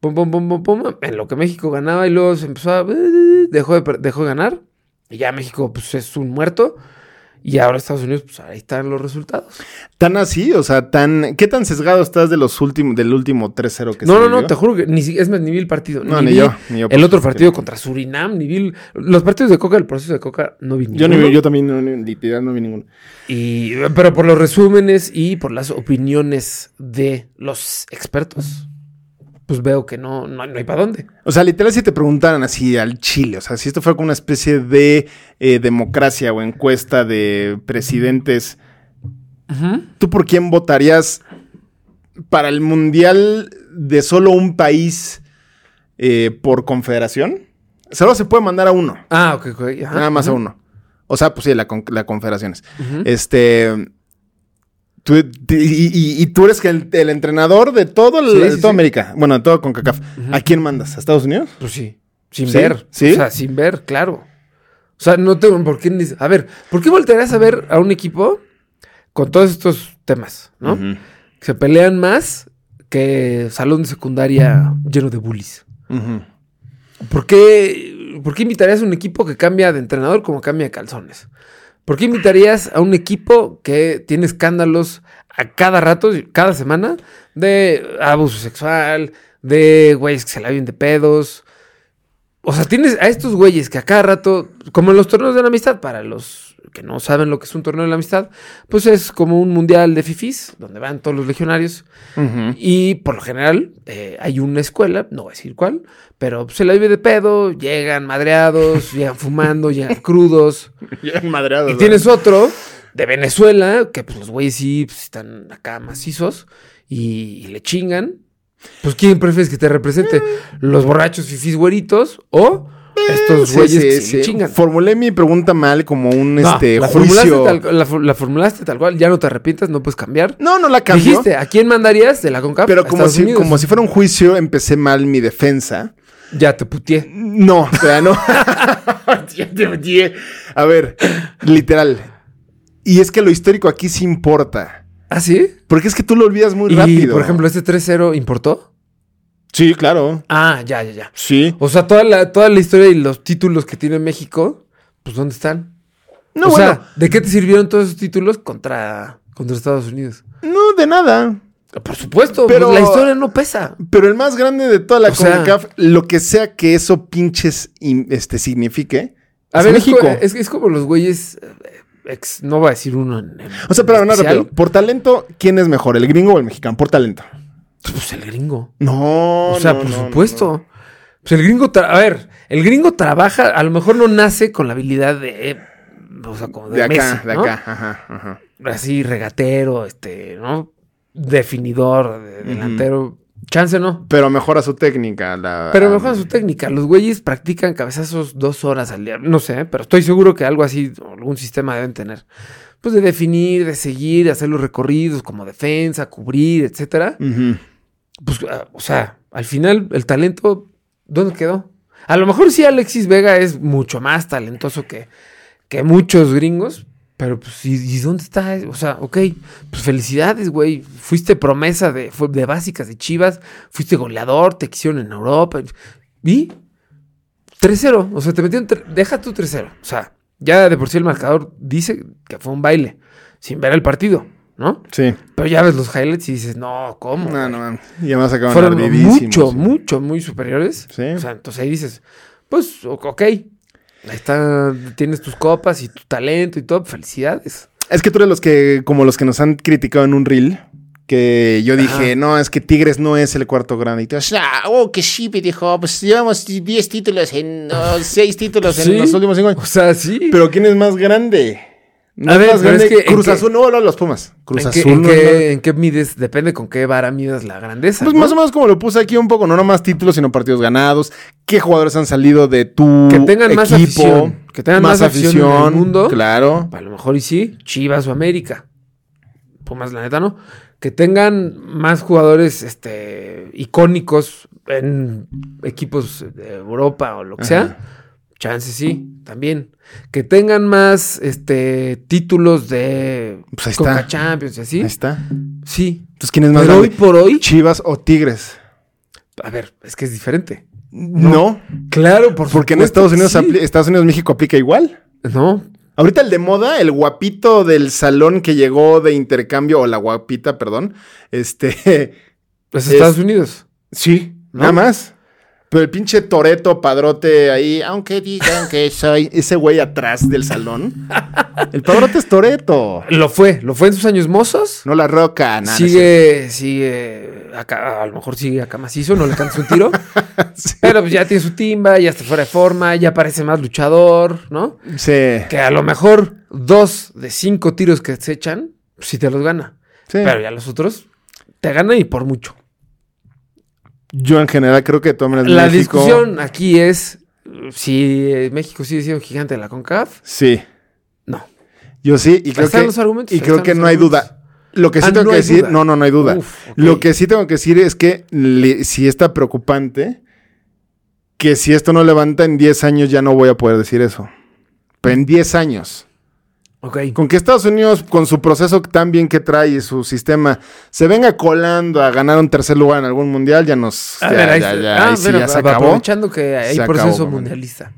Speaker 8: pum, pum, pum, pum, pum, en lo que México ganaba y luego se empezó a, dejó de, per- dejó de ganar, y ya México, pues, es un muerto, y ahora Estados Unidos, pues, ahí están los resultados.
Speaker 7: Tan así, o sea, tan. ¿Qué tan sesgado estás de los últimos, del último 3-0 que se
Speaker 8: No, no, no,
Speaker 7: vivió?
Speaker 8: te juro que ni, si- es más, ni vi el partido.
Speaker 7: No,
Speaker 8: ni,
Speaker 7: ni
Speaker 8: vi
Speaker 7: yo, ni yo,
Speaker 8: el
Speaker 7: por
Speaker 8: otro
Speaker 7: supuesto que
Speaker 8: partido
Speaker 7: no.
Speaker 8: contra Surinam, ni vi el- los partidos de Coca, el proceso de Coca, no vi
Speaker 7: Yo, ni
Speaker 8: ninguno.
Speaker 7: vi- yo también, no, ni- literal, no vi ninguno.
Speaker 8: Y, pero por los resúmenes y por las opiniones de los expertos, pues veo que no, no, no hay para dónde.
Speaker 7: O sea, literal, si te preguntaran así al Chile, o sea, si esto fuera como una especie de eh, democracia o encuesta de presidentes, ¿tú por quién votarías para el mundial de solo un país eh, por confederación, solo se puede mandar a uno.
Speaker 8: Ah, ok, ok. ajá.
Speaker 7: Nada más a uno. O sea, pues sí, la, con- la confederaciones. Este. tú- te- y, y- y tú eres el, el entrenador de todo el-
Speaker 8: Sí,
Speaker 7: de
Speaker 8: sí,
Speaker 7: toda
Speaker 8: sí.
Speaker 7: América. Bueno, de todo CONCACAF. ¿A quién mandas? ¿A Estados Unidos?
Speaker 8: Pues sí. Sin
Speaker 7: ¿Sí?
Speaker 8: ver.
Speaker 7: ¿Sí?
Speaker 8: O sea, sin ver, claro. O sea, no tengo por qué. ni- A ver, ¿por qué voltearás a ver a un equipo con todos estos temas, no? Que se pelean más que salón de secundaria lleno de bullies. ¿Por qué, por qué invitarías a un equipo que cambia de entrenador como cambia de calzones? ¿Por qué invitarías a un equipo que tiene escándalos a cada rato, cada semana, de abuso sexual, de güeyes que se la viven de pedos? O sea, tienes a estos güeyes que a cada rato, como en los torneos de la amistad, para los que no saben lo que es un torneo de la amistad, pues es como un mundial de fifis, donde van todos los legionarios. Y por lo general eh, hay una escuela, no voy a decir cuál, pero se la vive de pedo, llegan madreados, llegan fumando, llegan crudos.
Speaker 7: Madreado.
Speaker 8: Y tienes otro de Venezuela, que pues los güeyes sí pues, están acá macizos y, y le chingan. Pues ¿quién prefieres que te
Speaker 7: Mm.
Speaker 8: represente? ¿Los borrachos fifis güeritos o
Speaker 7: Eh,
Speaker 8: estos güeyes que sí le chingan?
Speaker 7: Formulé mi pregunta mal como un
Speaker 8: No,
Speaker 7: este,
Speaker 8: la,
Speaker 7: juicio.
Speaker 8: formulaste tal, la, fu- la formulaste tal cual, ya no te arrepientas, no puedes cambiar.
Speaker 7: No, no la cambió.
Speaker 8: Dijiste, ¿a quién mandarías de la CONCACAF?
Speaker 7: Pero
Speaker 8: A
Speaker 7: como
Speaker 8: Estados
Speaker 7: si,
Speaker 8: Unidos.
Speaker 7: como si fuera un juicio, empecé mal mi defensa.
Speaker 8: Ya te puteé.
Speaker 7: No, o sea, no. Ya te metí. A ver, literal. Y es que lo histórico aquí sí importa.
Speaker 8: ¿Ah, sí?
Speaker 7: Porque es que tú lo olvidas muy
Speaker 8: y,
Speaker 7: rápido.
Speaker 8: por ejemplo, este 3-0 importó.
Speaker 7: Sí, claro.
Speaker 8: Ah, ya, ya, ya.
Speaker 7: Sí.
Speaker 8: O sea, toda la, toda la historia y los títulos que tiene México, pues ¿dónde están?
Speaker 7: No,
Speaker 8: o
Speaker 7: bueno.
Speaker 8: sea, ¿de qué te sirvieron todos esos títulos contra, contra Estados Unidos?
Speaker 7: No, de nada.
Speaker 8: Por supuesto,
Speaker 7: Pero-
Speaker 8: pues, la historia no pesa.
Speaker 7: Pero el más grande de toda la
Speaker 8: O sea-
Speaker 7: CONCACAF, lo que sea que eso pinches im- este, signifique,
Speaker 8: A
Speaker 7: es
Speaker 8: ver, es
Speaker 7: México.
Speaker 8: co- Es, es como los güeyes, eh, ex- no voy a decir uno en, en
Speaker 7: o sea, pero no,
Speaker 8: especial.
Speaker 7: rápido. Por talento, ¿quién es mejor, el gringo o el mexicano? Por talento.
Speaker 8: Pues el gringo.
Speaker 7: No,
Speaker 8: O sea,
Speaker 7: no,
Speaker 8: por
Speaker 7: no,
Speaker 8: supuesto. Pues el gringo, tra- a ver, el gringo trabaja, a lo mejor no nace con la habilidad de, eh, o sea, como
Speaker 7: no.
Speaker 8: de,
Speaker 7: De acá,
Speaker 8: Messi,
Speaker 7: de
Speaker 8: ¿no?
Speaker 7: acá. Ajá, ajá.
Speaker 8: Así, regatero, este, ¿no? Definidor, de- delantero. Chance no.
Speaker 7: Pero mejora su técnica. La,
Speaker 8: Pero mejor su técnica. Los güeyes practican cabezazos dos horas al día. No sé, pero estoy seguro que algo así, o algún sistema deben tener. Pues de definir, de seguir, de hacer los recorridos como defensa, cubrir, etcétera.
Speaker 7: Ujú.
Speaker 8: pues, ah, o sea, al final el talento, ¿dónde quedó? A lo mejor sí Alexis Vega es mucho más talentoso que, que muchos gringos, pero pues, ¿y, y dónde está? O sea, ok, pues felicidades, güey. Fuiste promesa de, fue- de básicas de Chivas, fuiste goleador, te quisieron en Europa. Y 3-0, o sea, te metieron, tre- deja tu 3-0. O sea, ya de por sí el marcador dice que fue un baile, sin ver el partido, ¿no?
Speaker 7: Sí.
Speaker 8: Pero ya ves los highlights y dices, no, ¿cómo?
Speaker 7: No, no, mames. Ya me has acabado
Speaker 8: fueron
Speaker 7: ardidísimo,
Speaker 8: mucho,
Speaker 7: sí.
Speaker 8: mucho, muy superiores.
Speaker 7: Sí.
Speaker 8: O sea, entonces ahí dices, pues, o- ok, ahí está, tienes tus copas y tu talento y todo, felicidades.
Speaker 7: Es que tú eres los que, como los que nos han criticado en un reel, que yo dije, no, es que Tigres no es el cuarto grande. Y tú, "Ah, oh, que sí, me dijo, pues llevamos 10 títulos en, 6 títulos
Speaker 8: Pues Sí.
Speaker 7: en los últimos 5
Speaker 8: O
Speaker 7: años.
Speaker 8: sea, sí.
Speaker 7: Pero ¿quién es más grande? No
Speaker 8: A
Speaker 7: es
Speaker 8: ver,
Speaker 7: más
Speaker 8: pero es
Speaker 7: grande.
Speaker 8: que- ¿en
Speaker 7: Cruz
Speaker 8: qué-
Speaker 7: Azul, no, no, los Pumas. Cruz
Speaker 8: ¿En, qué,
Speaker 7: Azul.
Speaker 8: en
Speaker 7: no,
Speaker 8: qué-
Speaker 7: no.
Speaker 8: en qué mides? Depende con qué vara midas la grandeza.
Speaker 7: Pues
Speaker 8: ¿no?
Speaker 7: más o menos como lo puse aquí un poco, no nomás títulos, sino partidos ganados. ¿Qué jugadores han salido de tu
Speaker 8: Que tengan
Speaker 7: equipo?
Speaker 8: más afición, que tengan más afición en el mundo.
Speaker 7: Claro.
Speaker 8: A lo mejor y sí, Chivas o América. Pumas, la neta, no. Que tengan más jugadores este, icónicos en equipos de Europa o lo que sea. Chance sí, también. Que tengan más este, títulos de
Speaker 7: Pues ahí está.
Speaker 8: Conca Champions y así.
Speaker 7: Ahí está.
Speaker 8: Sí.
Speaker 7: Entonces, ¿quién es más
Speaker 8: Pero hoy
Speaker 7: grande?
Speaker 8: por hoy,
Speaker 7: Chivas o Tigres.
Speaker 8: a ver, es que es diferente.
Speaker 7: No,
Speaker 8: Claro, por
Speaker 7: porque en Estados Unidos, apli-
Speaker 8: aplica.
Speaker 7: Estados Unidos México aplica igual.
Speaker 8: No,
Speaker 7: Ahorita el de moda, el guapito del salón que llegó de intercambio, o la guapita, perdón, este,
Speaker 8: es
Speaker 7: Es-
Speaker 8: Estados Unidos.
Speaker 7: sí,
Speaker 8: ¿No?
Speaker 7: nada más. Pero el pinche Toreto padrote ahí, aunque digan que soy ese güey atrás del salón. El padrote es Toreto.
Speaker 8: Lo fue, lo fue en sus años mozos.
Speaker 7: No la roca, nada.
Speaker 8: sigue, sigue, acá, a lo mejor sigue acá macizo, no le cansa un tiro, pero pues ya tiene su timba, ya está fuera de forma, ya parece más luchador, ¿no?
Speaker 7: no es cierto.
Speaker 8: Que a lo mejor dos de cinco tiros que se echan, pues sí te los gana,
Speaker 7: Sí. sí.
Speaker 8: pero ya los otros te gana y por mucho.
Speaker 7: Yo en general creo que de todas maneras
Speaker 8: La
Speaker 7: México-
Speaker 8: discusión aquí es eh, si eh, México sigue siendo gigante de la CONCAF.
Speaker 7: Sí.
Speaker 8: No.
Speaker 7: Yo sí, y creo
Speaker 8: están
Speaker 7: que,
Speaker 8: los argumentos,
Speaker 7: y
Speaker 8: ahí
Speaker 7: creo
Speaker 8: están
Speaker 7: que
Speaker 8: los
Speaker 7: no hay
Speaker 8: argumentos.
Speaker 7: duda. Lo que sí
Speaker 8: Ah,
Speaker 7: tengo
Speaker 8: no
Speaker 7: que
Speaker 8: hay
Speaker 7: decir,
Speaker 8: duda.
Speaker 7: no, no, no hay duda.
Speaker 8: Uf, ok.
Speaker 7: Lo que sí tengo que decir es que le- sí está preocupante que si esto no levanta en 10 años ya no voy a poder decir eso. Pero en 10 años.
Speaker 8: Ok.
Speaker 7: Con que Estados Unidos, con su proceso tan bien que trae y su sistema, se venga colando a ganar un tercer lugar en algún mundial, ya nos...
Speaker 8: A
Speaker 7: ya-
Speaker 8: ver, ahí-
Speaker 7: ya- ya-
Speaker 8: ah,
Speaker 7: ahí sí
Speaker 8: mira,
Speaker 7: ya se
Speaker 8: va-
Speaker 7: acabó.
Speaker 8: Aprovechando que hay
Speaker 7: Se acabó,
Speaker 8: proceso
Speaker 7: mamá.
Speaker 8: mundialista.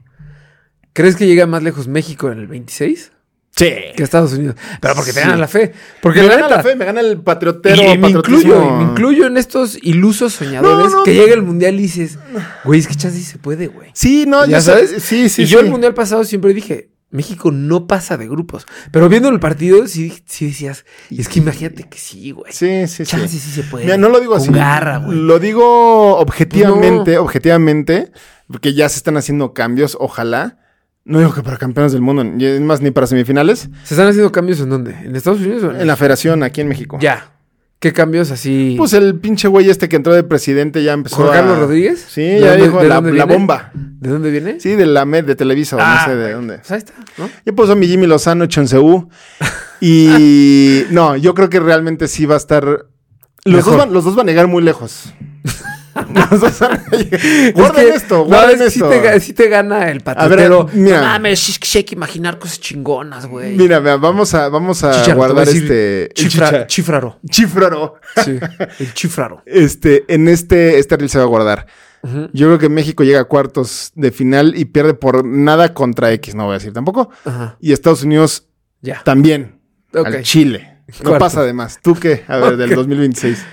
Speaker 8: ¿Crees que llega más lejos México en el 26
Speaker 7: Sí.
Speaker 8: que Estados Unidos? Pero porque te
Speaker 7: Sí.
Speaker 8: gana la fe. Porque
Speaker 7: Me
Speaker 8: la
Speaker 7: gana la
Speaker 8: neta,
Speaker 7: fe, me gana el patriotero.
Speaker 8: y me
Speaker 7: patriotismo.
Speaker 8: incluyo, y me incluyo en estos ilusos soñadores
Speaker 7: No, no,
Speaker 8: que
Speaker 7: no.
Speaker 8: llega el mundial y dices, güey, es que chance sí se puede, güey.
Speaker 7: Sí, no,
Speaker 8: ¿Ya
Speaker 7: yo
Speaker 8: sabes?
Speaker 7: sé- Sí, sí,
Speaker 8: y yo
Speaker 7: sí.
Speaker 8: el mundial pasado siempre dije, México no pasa de grupos. Pero viendo el partido, sí, sí decías, es que imagínate que sí, güey.
Speaker 7: Sí, sí, sí.
Speaker 8: Chance sí se puede.
Speaker 7: Mira, no lo digo
Speaker 8: Con
Speaker 7: así.
Speaker 8: garra, güey.
Speaker 7: Lo digo objetivamente, objetivamente, porque ya se están haciendo cambios, ojalá. No digo que para campeones del mundo, ni- es más, ni para semifinales.
Speaker 8: ¿Se están haciendo cambios en dónde? ¿En Estados Unidos o en,
Speaker 7: En la federación, aquí en México.
Speaker 8: Ya. ¿Qué cambios así?
Speaker 7: Pues el pinche güey este que entró de presidente ya empezó
Speaker 8: ¿Juan
Speaker 7: a-
Speaker 8: Carlos Rodríguez?
Speaker 7: Sí,
Speaker 8: ¿De
Speaker 7: ya
Speaker 8: dónde-
Speaker 7: dijo
Speaker 8: de
Speaker 7: la,
Speaker 8: dónde
Speaker 7: la
Speaker 8: viene?
Speaker 7: bomba.
Speaker 8: ¿De dónde viene?
Speaker 7: Sí, de la MED, de Televisa, o
Speaker 8: Ah,
Speaker 7: no sé de
Speaker 8: ok.
Speaker 7: dónde.
Speaker 8: Pues ahí está, ¿no?
Speaker 7: Ya puso a mi Jimmy Lozano hecho en CU. Y no, yo creo que realmente sí va a estar. Los,
Speaker 8: Mejor.
Speaker 7: dos van, los dos van a llegar muy lejos. los dos van a llegar. Guarden
Speaker 8: Pues Es que-
Speaker 7: esto,
Speaker 8: no,
Speaker 7: guarden
Speaker 8: es que
Speaker 7: esto.
Speaker 8: Sí te, ga- sí te gana el
Speaker 7: ver,
Speaker 8: patatero.
Speaker 7: mira.
Speaker 8: No mames, es que sí hay que imaginar cosas chingonas, güey.
Speaker 7: Mira, vea, vamos a, vamos a
Speaker 8: Chicharro, te voy a
Speaker 7: guardar
Speaker 8: decir
Speaker 7: este.
Speaker 8: chifra-
Speaker 7: el chicha-
Speaker 8: chifraro.
Speaker 7: Chifraro.
Speaker 8: Sí, el chifraro.
Speaker 7: Este, en este, este reel se va a guardar. Yo creo que México llega a cuartos de final y pierde por nada contra X, no voy a decir tampoco.
Speaker 8: Ajá,
Speaker 7: Y Estados Unidos
Speaker 8: ya.
Speaker 7: también.
Speaker 8: Ok.
Speaker 7: Al Chile. No
Speaker 8: Cuartos.
Speaker 7: pasa de más. ¿Tú qué? A ver, del 2026.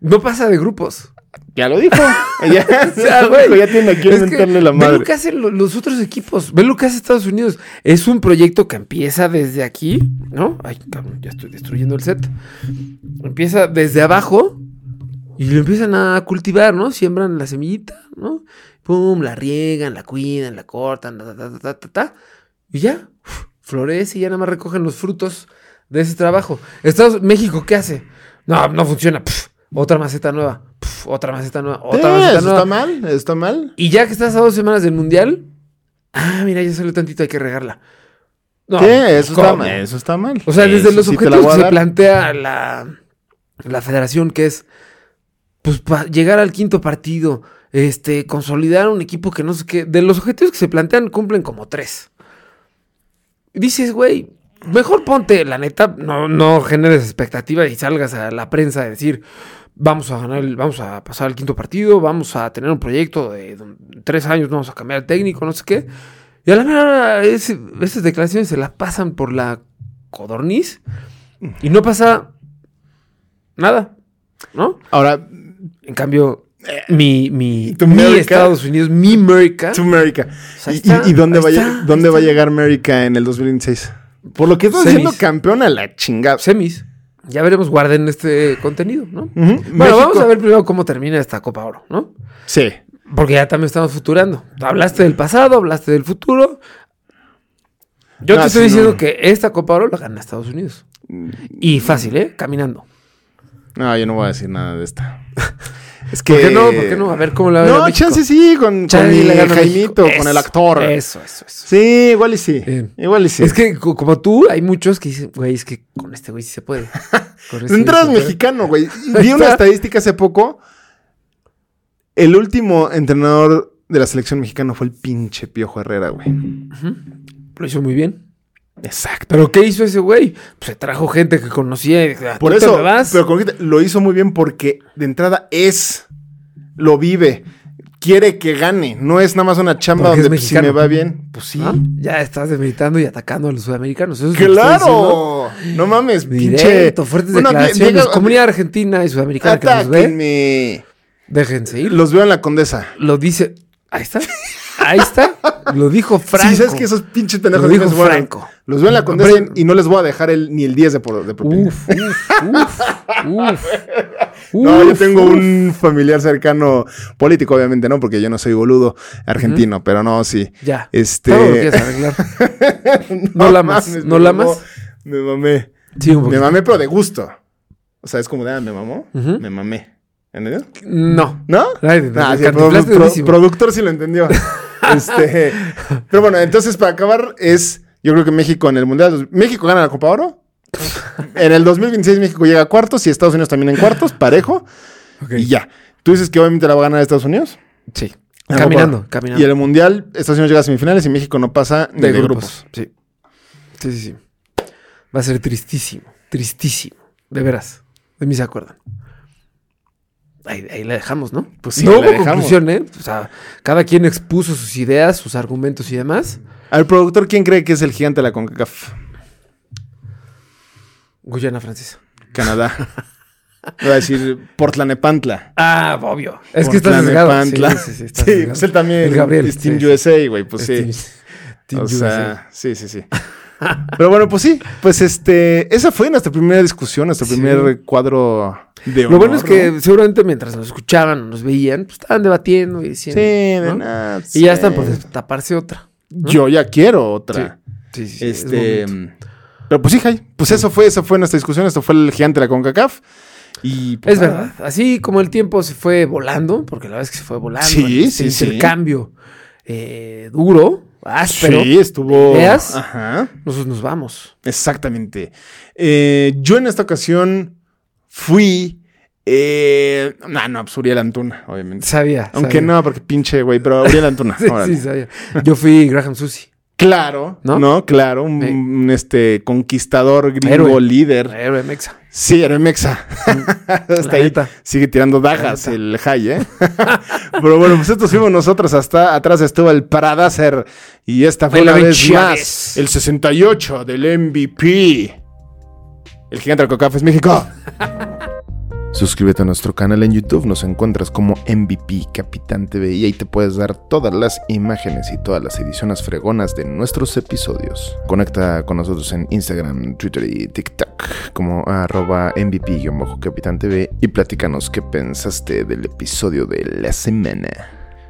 Speaker 8: No pasa de grupos.
Speaker 7: Ya lo dijo. ya,
Speaker 8: O sea, güey.
Speaker 7: ya tiene aquí
Speaker 8: es que
Speaker 7: inventarle la
Speaker 8: Ve
Speaker 7: madre.
Speaker 8: lo que hacen lo- los otros equipos. Ve lo que hace Estados Unidos. Es un proyecto que empieza desde aquí, ¿no? Ay, cabrón, ya estoy destruyendo el set. Empieza desde abajo y lo empiezan a cultivar, ¿no? Siembran la semillita, ¿no? Pum, la riegan, la cuidan, la cortan, ta, ta, ta, ta, ta, ta. Y ya, uf, florece y ya nada más recogen los frutos de ese trabajo. Estados México, ¿qué hace? No, no funciona. pf, otra maceta nueva. pf, otra maceta nueva.
Speaker 7: Sí,
Speaker 8: Otra maceta
Speaker 7: eso
Speaker 8: nueva.
Speaker 7: está mal, está mal.
Speaker 8: Y ya que estás a dos semanas del mundial, ah, mira, ya salió tantito, hay que regarla. No,
Speaker 7: Sí, eso está
Speaker 8: ¿cómo?
Speaker 7: mal. Eso está mal.
Speaker 8: O sea, desde
Speaker 7: Eso
Speaker 8: los
Speaker 7: Eh, sí te la
Speaker 8: objetivos
Speaker 7: voy a
Speaker 8: que se
Speaker 7: dar.
Speaker 8: plantea la, la federación, que es pues pa- llegar al quinto partido, este, consolidar un equipo que no sé qué. De los objetivos que se plantean, cumplen como tres. Dices, güey, mejor ponte, la neta, no, no generes expectativa y salgas a la prensa a decir. Vamos a ganar, el- vamos a pasar al quinto partido, vamos a tener un proyecto de don- tres años, vamos a cambiar el técnico, no sé qué. Y a la mera hora, ese- esas declaraciones se las pasan por la codorniz y no pasa nada, ¿no?
Speaker 7: Ahora,
Speaker 8: En cambio, mi, mi,
Speaker 7: Eh, tu
Speaker 8: mi
Speaker 7: América-
Speaker 8: Estados Unidos, mi América,
Speaker 7: to America.
Speaker 8: sea,
Speaker 7: ¿Y,
Speaker 8: está,
Speaker 7: y- y dónde,
Speaker 8: ahí
Speaker 7: va, a
Speaker 8: está,
Speaker 7: lleg- dónde
Speaker 8: ahí
Speaker 7: va a
Speaker 8: está.
Speaker 7: llegar América en el 2026? Por lo que está
Speaker 8: Semis.
Speaker 7: siendo campeona la chingada.
Speaker 8: semis, ya veremos, guarden este contenido, ¿no?
Speaker 7: Ujú.
Speaker 8: Bueno,
Speaker 7: México-
Speaker 8: vamos a ver primero cómo termina esta Copa Oro, ¿no?
Speaker 7: Sí.
Speaker 8: Porque ya también estamos futurando. Hablaste del pasado, hablaste del futuro. Yo
Speaker 7: No, Mm.
Speaker 8: te estoy
Speaker 7: sí,
Speaker 8: diciendo
Speaker 7: no.
Speaker 8: que esta Copa Oro la gana Estados Unidos. Y fácil, ¿eh? Caminando.
Speaker 7: No, yo no voy a decir nada de esta. Es que...
Speaker 8: ¿Por qué no? ¿Por qué no? A ver cómo la
Speaker 7: No,
Speaker 8: México.
Speaker 7: chance sí, con, con
Speaker 8: Chance
Speaker 7: el
Speaker 8: la gana
Speaker 7: Jaimito,
Speaker 8: México.
Speaker 7: con el
Speaker 8: Eso,
Speaker 7: actor.
Speaker 8: Eso, eso, eso.
Speaker 7: Sí, igual y sí.
Speaker 8: Bien.
Speaker 7: Igual y sí.
Speaker 8: Es que co- como tú, hay muchos que dicen, güey, es que con este güey sí se puede. Con este
Speaker 7: De entrada es
Speaker 8: güey sí se puede".
Speaker 7: mexicano, güey. Vi una estadística hace poco. El último entrenador de la selección mexicana fue el pinche Piojo Herrera, güey.
Speaker 8: Lo hizo muy bien.
Speaker 7: Exacto.
Speaker 8: ¿Pero qué hizo ese güey? Pues se trajo gente que conocía. y dijo, "Ah,
Speaker 7: Por
Speaker 8: ¿tú te
Speaker 7: eso,
Speaker 8: me vas?".
Speaker 7: pero con- lo hizo muy bien porque de entrada es, lo vive, quiere que gane. No es nada más una chamba
Speaker 8: Porque es
Speaker 7: donde pues, si
Speaker 8: mexicano.
Speaker 7: me va bien, pues sí.
Speaker 8: ¿Ah? Ya estás desmeditando y atacando a los sudamericanos. Eso es lo que estoy
Speaker 7: ¡Claro! No mames,
Speaker 8: diciendo.
Speaker 7: pinche.
Speaker 8: Directo, fuertes
Speaker 7: Bueno,
Speaker 8: declaraciones.
Speaker 7: llega-
Speaker 8: Comunidad argentina y sudamericana que nos ve,
Speaker 7: Atáquenme.
Speaker 8: déjense ir. Lo,
Speaker 7: Los veo en la condesa.
Speaker 8: dice... Ahí está. Ahí está. Lo dijo Franco.
Speaker 7: Sí, sabes que esos pinches pendejos
Speaker 8: Lo dijo
Speaker 7: tienes buenos.
Speaker 8: Franco.
Speaker 7: Los veo en la condesa
Speaker 8: Hombre.
Speaker 7: y no les voy a dejar el, ni el 10 de, por, de propina.
Speaker 8: Uf, uf, uf, uf.
Speaker 7: No, yo
Speaker 8: Uf,
Speaker 7: tengo
Speaker 8: uf.
Speaker 7: un familiar cercano político, obviamente, ¿no? Porque yo no soy boludo argentino, pero no, sí.
Speaker 8: Ya.
Speaker 7: Este.
Speaker 8: Todo lo quieres arreglar. no la amas,
Speaker 7: mames,
Speaker 8: no
Speaker 7: me
Speaker 8: la
Speaker 7: mamó,
Speaker 8: amas.
Speaker 7: Me mamé.
Speaker 8: Sí, un
Speaker 7: Me
Speaker 8: poquito.
Speaker 7: mamé, pero de gusto. O sea, es como de, ah, me mamó, me mamé. ¿Entendió?
Speaker 8: No.
Speaker 7: ¿No?
Speaker 8: Ay, de-
Speaker 7: Ah,
Speaker 8: de
Speaker 7: sí, el
Speaker 8: Cantinflas
Speaker 7: produ- pro-
Speaker 8: durísimo.
Speaker 7: productor sí lo entendió. Este, pero bueno, entonces para acabar es, yo creo que México en el Mundial, México gana la Copa Oro. En el 2026 México llega a cuartos y Estados Unidos también en cuartos, parejo. Y ya. Tú dices que obviamente la va a ganar Estados Unidos.
Speaker 8: Sí.
Speaker 7: La Copa
Speaker 8: Caminando,
Speaker 7: Oro.
Speaker 8: caminando.
Speaker 7: Y en el Mundial, Estados Unidos llega a semifinales y México no pasa ni de, grupos.
Speaker 8: Sí. Sí, sí, sí. Va a ser tristísimo. Tristísimo. De veras. De mí se acuerdan. Ahí, ahí la dejamos, ¿no?
Speaker 7: Pues sí,
Speaker 8: no
Speaker 7: la
Speaker 8: hubo
Speaker 7: dejamos.
Speaker 8: conclusión, ¿eh? O sea, cada quien expuso sus ideas, sus argumentos y demás.
Speaker 7: Al productor, ¿quién cree que es el gigante de la CONCACAF?
Speaker 8: Guyana Francesa.
Speaker 7: Canadá. Va a decir Portland Epantla.
Speaker 8: Ah, obvio. Es que estás sesgado. Sí,
Speaker 7: Epantla.
Speaker 8: sí, sí, estás
Speaker 7: Sí,
Speaker 8: sesgado.
Speaker 7: pues él también.
Speaker 8: El Gabriel.
Speaker 7: Es Team
Speaker 8: sí, sí.
Speaker 7: USA, güey, pues sí.
Speaker 8: Es Team-
Speaker 7: o
Speaker 8: Team USA.
Speaker 7: sea, sí, sí, sí. Pero bueno, pues sí, pues este, esa fue nuestra primera discusión, nuestro
Speaker 8: Sí.
Speaker 7: primer cuadro de
Speaker 8: Lo bueno
Speaker 7: honor,
Speaker 8: es que
Speaker 7: ¿no?
Speaker 8: seguramente mientras nos escuchaban, nos veían, pues estaban debatiendo y
Speaker 7: Sí,
Speaker 8: diciendo.
Speaker 7: de
Speaker 8: ¿no?
Speaker 7: nada,
Speaker 8: Y ya
Speaker 7: sí.
Speaker 8: están por taparse otra.
Speaker 7: Yo ya quiero otra.
Speaker 8: Sí, sí, sí, es
Speaker 7: este,
Speaker 8: momento.
Speaker 7: pero pues sí, Jai, pues eso fue, eso fue nuestra discusión, esto fue el gigante de la CONCACAF. Y pues,
Speaker 8: Es verdad. Así como el tiempo se fue volando, porque la verdad es que se fue volando.
Speaker 7: Sí,
Speaker 8: este
Speaker 7: sí, sí.
Speaker 8: intercambio eh, duro, áspero.
Speaker 7: Sí, estuvo.
Speaker 8: ¿Veas?
Speaker 7: Ajá.
Speaker 8: Nosotros nos vamos.
Speaker 7: Exactamente. Eh, yo en esta ocasión fui. Eh, nah, no, pues Uriel Antuna, obviamente.
Speaker 8: Sabía.
Speaker 7: Aunque
Speaker 8: sabía.
Speaker 7: no, porque pinche, güey, pero Uriel Antuna.
Speaker 8: Sí,
Speaker 7: órale.
Speaker 8: sí, sabía. Yo fui Graham Susi.
Speaker 7: Claro,
Speaker 8: ¿No?
Speaker 7: ¿no? Claro, un,
Speaker 8: Sí.
Speaker 7: un, este conquistador gringo
Speaker 8: Héroe.
Speaker 7: líder.
Speaker 8: Héroe Mexa.
Speaker 7: Sí, era Mexa.
Speaker 8: La
Speaker 7: hasta ahí
Speaker 8: neta.
Speaker 7: sigue tirando dagas el Jai, ¿eh? pero bueno, pues estos fuimos nosotros. Hasta atrás estuvo el Paradacer. Y esta fue
Speaker 8: Fue la
Speaker 7: una vez
Speaker 8: Benchiares.
Speaker 7: más el 68 del MVP. El gigante del Cocafes México. Suscríbete a nuestro canal en YouTube, nos encuentras como MVP Capitán TV y ahí te puedes dar todas las imágenes y todas las ediciones fregonas de nuestros episodios. Conecta con nosotros en Instagram, Twitter y TikTok como arroba MVP-Capitán TV y platícanos qué pensaste del episodio de la semana.